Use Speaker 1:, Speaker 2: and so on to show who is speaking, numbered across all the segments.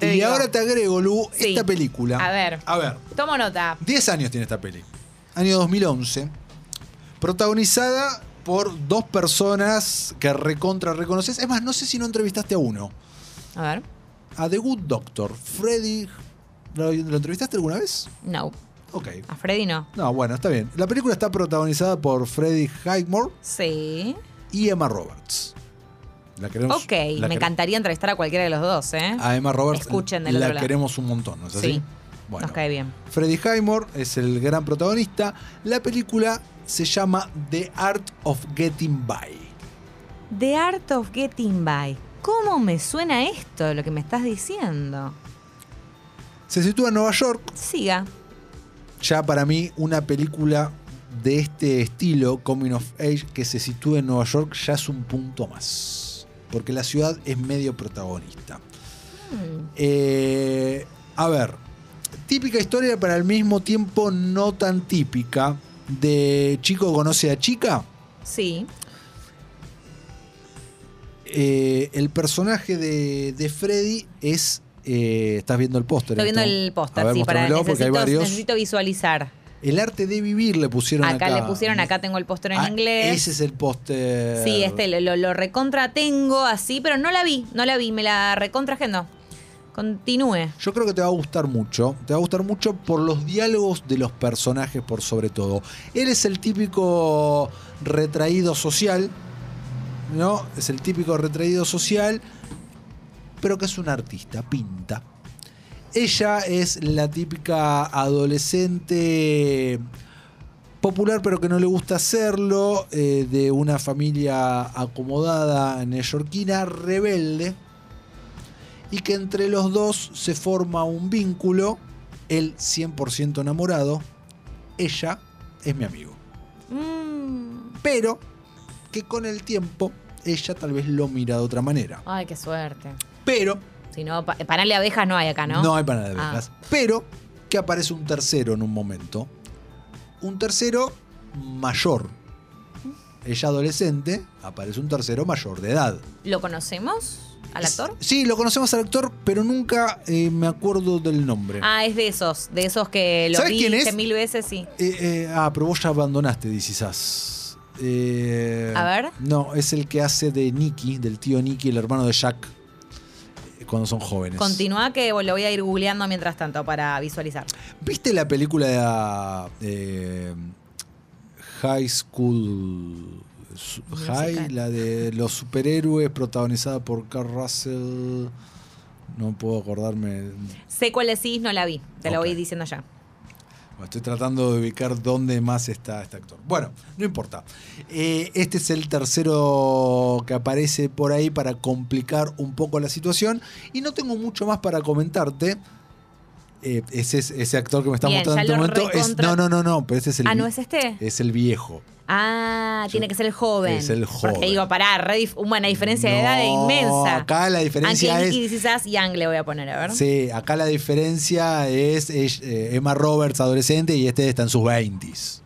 Speaker 1: digo.
Speaker 2: Y ahora te agrego, Lu,
Speaker 1: Sí.
Speaker 2: esta película.
Speaker 1: A ver.
Speaker 2: A ver,
Speaker 1: Tomo nota.
Speaker 2: 10 años tiene esta peli. Año 2011. Protagonizada por dos personas que recontra reconoces. Es más, no sé si no entrevistaste a uno.
Speaker 1: A ver.
Speaker 2: A The Good Doctor, Freddy. ¿Lo, lo entrevistaste alguna vez?
Speaker 1: No.
Speaker 2: Ok.
Speaker 1: A Freddy no.
Speaker 2: No, bueno, está bien. La película está protagonizada por Freddy Highmore
Speaker 1: Sí.
Speaker 2: y Emma Roberts. La queremos.
Speaker 1: Ok.
Speaker 2: la Ah,
Speaker 1: Me
Speaker 2: quere-
Speaker 1: encantaría entrevistar a cualquiera de los dos, ¿eh?
Speaker 2: A Emma Roberts
Speaker 1: Escuchen del
Speaker 2: la
Speaker 1: otro lado.
Speaker 2: queremos un montón, ¿no es así?
Speaker 1: Sí.
Speaker 2: Bueno.
Speaker 1: Nos cae bien.
Speaker 2: Freddy Highmore es el gran protagonista. La película se llama The Art of Getting By.
Speaker 1: The Art of Getting By. ¿Cómo me suena esto, lo que me estás diciendo?
Speaker 2: Se sitúa en Nueva York,
Speaker 1: Siga.
Speaker 2: ya para mí una película de este estilo, Coming of Age, que se sitúe en Nueva York ya es un punto más, porque la ciudad es medio protagonista.
Speaker 1: Mm,
Speaker 2: Eh, a ver, típica historia, pero al mismo tiempo no tan típica, de chico conoce a chica.
Speaker 1: Sí.
Speaker 2: Eh, el personaje de, de Freddy es. eh, estás viendo el póster.
Speaker 1: Estoy
Speaker 2: en
Speaker 1: viendo
Speaker 2: este momento?
Speaker 1: el
Speaker 2: A
Speaker 1: póster,
Speaker 2: ver,
Speaker 1: sí, para
Speaker 2: mostrámelo, porque hay
Speaker 1: necesito,
Speaker 2: varios.
Speaker 1: necesito visualizar.
Speaker 2: El arte de vivir le pusieron acá.
Speaker 1: Acá, le pusieron, acá tengo el póster en
Speaker 2: Ah,
Speaker 1: inglés.
Speaker 2: Ese es el póster.
Speaker 1: Sí, este lo, lo- lo recontra tengo así, pero no la vi, no la vi, me la recontra no. Continúe.
Speaker 2: Yo creo que te va a gustar mucho. Te va a gustar mucho por los diálogos de los personajes, por sobre todo. Él es el típico retraído social, ¿no? Es el típico retraído social, pero que es un artista, pinta. Ella es la típica adolescente popular, pero que no le gusta hacerlo, eh, de una familia acomodada neoyorquina, rebelde y que entre los dos se forma un vínculo, él 100% enamorado, ella es mi amigo.
Speaker 1: Mm.
Speaker 2: Pero que con el tiempo ella tal vez lo mira de otra manera.
Speaker 1: Ay, qué suerte.
Speaker 2: Pero,
Speaker 1: Si no, pa- panal de abejas no hay acá, Ah, ¿no?
Speaker 2: no, hay para de abejas, pero que aparece un tercero en un momento. Un tercero mayor. Ella adolescente, aparece un tercero mayor de edad.
Speaker 1: ¿Lo conocemos al actor?
Speaker 2: Sí, lo conocemos al actor, pero nunca eh, me acuerdo del nombre.
Speaker 1: Ah, es de esos, de esos que lo
Speaker 2: ¿Sabes
Speaker 1: vi
Speaker 2: quién es?
Speaker 1: que mil veces, sí.
Speaker 2: Eh, eh, ah, pero vos ya abandonaste quizás.
Speaker 1: A ver.
Speaker 2: No, es el que hace de Nicky, del tío Nicky, el hermano de Jack, eh, cuando son jóvenes.
Speaker 1: Continúa que lo voy a ir googleando mientras tanto para visualizar.
Speaker 2: ¿Viste la película de eh, High School su- High,
Speaker 1: Musical.
Speaker 2: la de los superhéroes protagonizada por Carl Russell? No puedo acordarme.
Speaker 1: Sé cuál decís, no la vi. Te la
Speaker 2: Ok.
Speaker 1: voy diciendo ya.
Speaker 2: Estoy tratando de ubicar dónde más está este actor. Bueno, no importa. Eh, este es el tercero que aparece por ahí para complicar un poco la situación. Y no tengo mucho más para comentarte. Eh, ese, es- ese actor que me está
Speaker 1: Bien,
Speaker 2: mostrando
Speaker 1: ya
Speaker 2: en este
Speaker 1: lo
Speaker 2: momento es.
Speaker 1: recontra-
Speaker 2: No, no, no, no. Pero este es el,
Speaker 1: Ah,
Speaker 2: vi-
Speaker 1: ¿no es este?
Speaker 2: es el viejo.
Speaker 1: Ah, tiene que ser el joven.
Speaker 2: Es el joven.
Speaker 1: Porque digo, pará, re dif- bueno, la diferencia de edad es
Speaker 2: No,
Speaker 1: inmensa.
Speaker 2: Acá la diferencia
Speaker 1: Angelina
Speaker 2: es.
Speaker 1: Quizás y Ang le voy a poner, a ver.
Speaker 2: Sí, acá la diferencia es, es, eh, Emma Roberts, adolescente, y este está en sus 20s.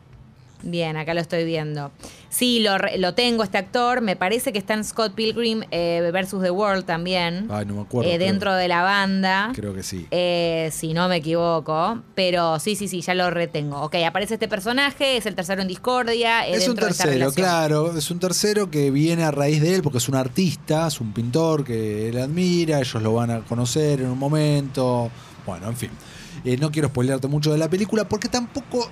Speaker 1: Bien, acá lo estoy viendo. Sí, lo, re- lo tengo, este actor. Me parece que está en Scott Pilgrim eh, versus The World también.
Speaker 2: Ay, no me acuerdo.
Speaker 1: eh,
Speaker 2: creo-
Speaker 1: dentro de la banda.
Speaker 2: creo que sí.
Speaker 1: Eh, si no me equivoco. Pero sí, sí, sí, ya lo retengo. Ok, aparece este personaje, es el tercero en discordia. eh,
Speaker 2: Es un
Speaker 1: dentro de esta
Speaker 2: tercero,
Speaker 1: relación.
Speaker 2: claro. Es un tercero que viene a raíz de él porque es un artista, es un pintor que él admira, ellos lo van a conocer en un momento. Bueno, en fin. Eh, no quiero spoilearte mucho de la película porque tampoco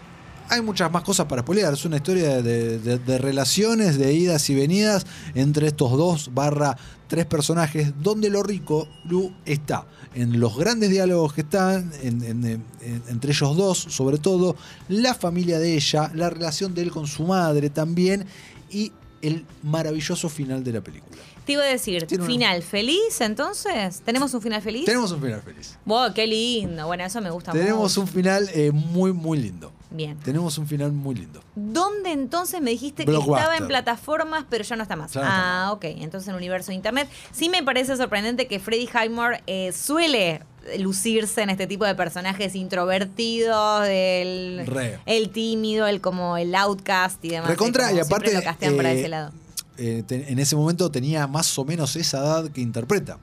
Speaker 2: hay muchas más cosas para spoilear. Es una historia de, de- de relaciones, de idas y venidas entre estos dos barra tres personajes donde lo rico, Lu, está en los grandes diálogos que están en- en- en- en- entre ellos dos, sobre todo la familia de ella, la relación de él con su madre también y el maravilloso final de la película.
Speaker 1: Te iba a decir,
Speaker 2: Tiene una-
Speaker 1: final feliz, entonces. ¿Tenemos un final feliz?
Speaker 2: Tenemos un final feliz.
Speaker 1: Wow, qué lindo. Bueno, eso me gusta
Speaker 2: Tenemos
Speaker 1: mucho.
Speaker 2: un final eh, muy, muy lindo.
Speaker 1: Bien.
Speaker 2: Tenemos un final muy lindo.
Speaker 1: ¿Dónde entonces me dijiste que
Speaker 2: Blockbuster.
Speaker 1: estaba en plataformas, pero ya no está más?
Speaker 2: Ya no está
Speaker 1: ah, ok. Entonces en universo de internet. Sí me parece sorprendente que Freddy Highmore eh, suele lucirse en este tipo de personajes introvertidos, del
Speaker 2: Re.
Speaker 1: el tímido, el como el outcast y demás.
Speaker 2: Recontra,
Speaker 1: Es como
Speaker 2: y aparte,
Speaker 1: siempre lo castean para
Speaker 2: eh,
Speaker 1: ese lado.
Speaker 2: Eh, te- en ese momento tenía más o menos esa edad que interpreta.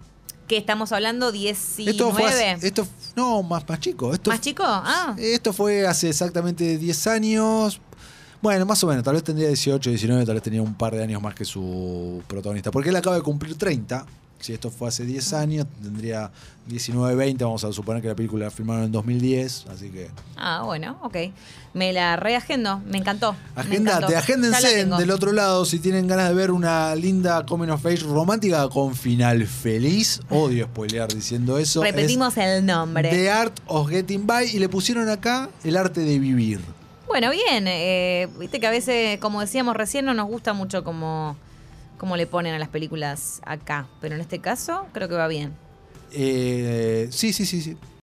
Speaker 1: que estamos hablando 19.
Speaker 2: Esto fue. hace- esto, no, más, más chico. Esto,
Speaker 1: ¿Más chico? Ah.
Speaker 2: Esto fue hace exactamente 10 años. Bueno, más o menos, tal vez tendría 18, 19, tal vez tenía un par de años más que su protagonista. Porque él acaba de cumplir 30. Si esto fue hace 10 años, tendría 19, 20. Vamos a suponer que la película la filmaron en 2010. Así que.
Speaker 1: Ah, bueno, ok. Me la reagendo, me encantó. me encantó.
Speaker 2: Agendate,
Speaker 1: Ya la
Speaker 2: agéndense
Speaker 1: tengo.
Speaker 2: del otro lado si tienen ganas de ver una linda coming of age romántica con final feliz. Odio spoilear diciendo eso. Es
Speaker 1: Repetimos el nombre.
Speaker 2: The Art of Getting By y le pusieron acá el arte de vivir.
Speaker 1: Bueno, bien, eh, viste que a veces, como decíamos recién, no nos gusta mucho como, como le ponen a las películas acá, pero en este caso creo que va bien.
Speaker 2: Eh, sí, sí, sí, sí.